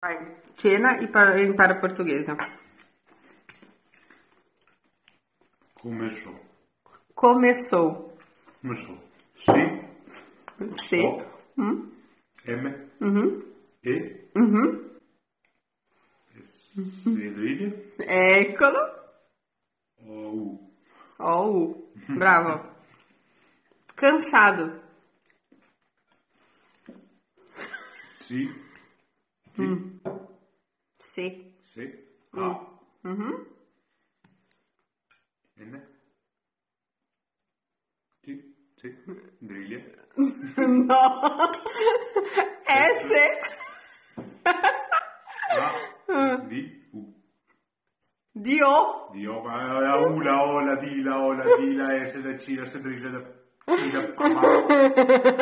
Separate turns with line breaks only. Vai, cena e par- e impara portuguese.
Começou.
Começou.
Começou. C,
C.
O, M, E. Cedrilha.
Eccolo.
O, U.
É, Ó, U. Bravo. Cansado.
Si,
C.
C, A. N. T, C, Drilha.
Não. É, S.
A, D, U.
De O.
Dio, ma la U, la O, la D, la O, la D, la S, la C, la C, la C, la C, la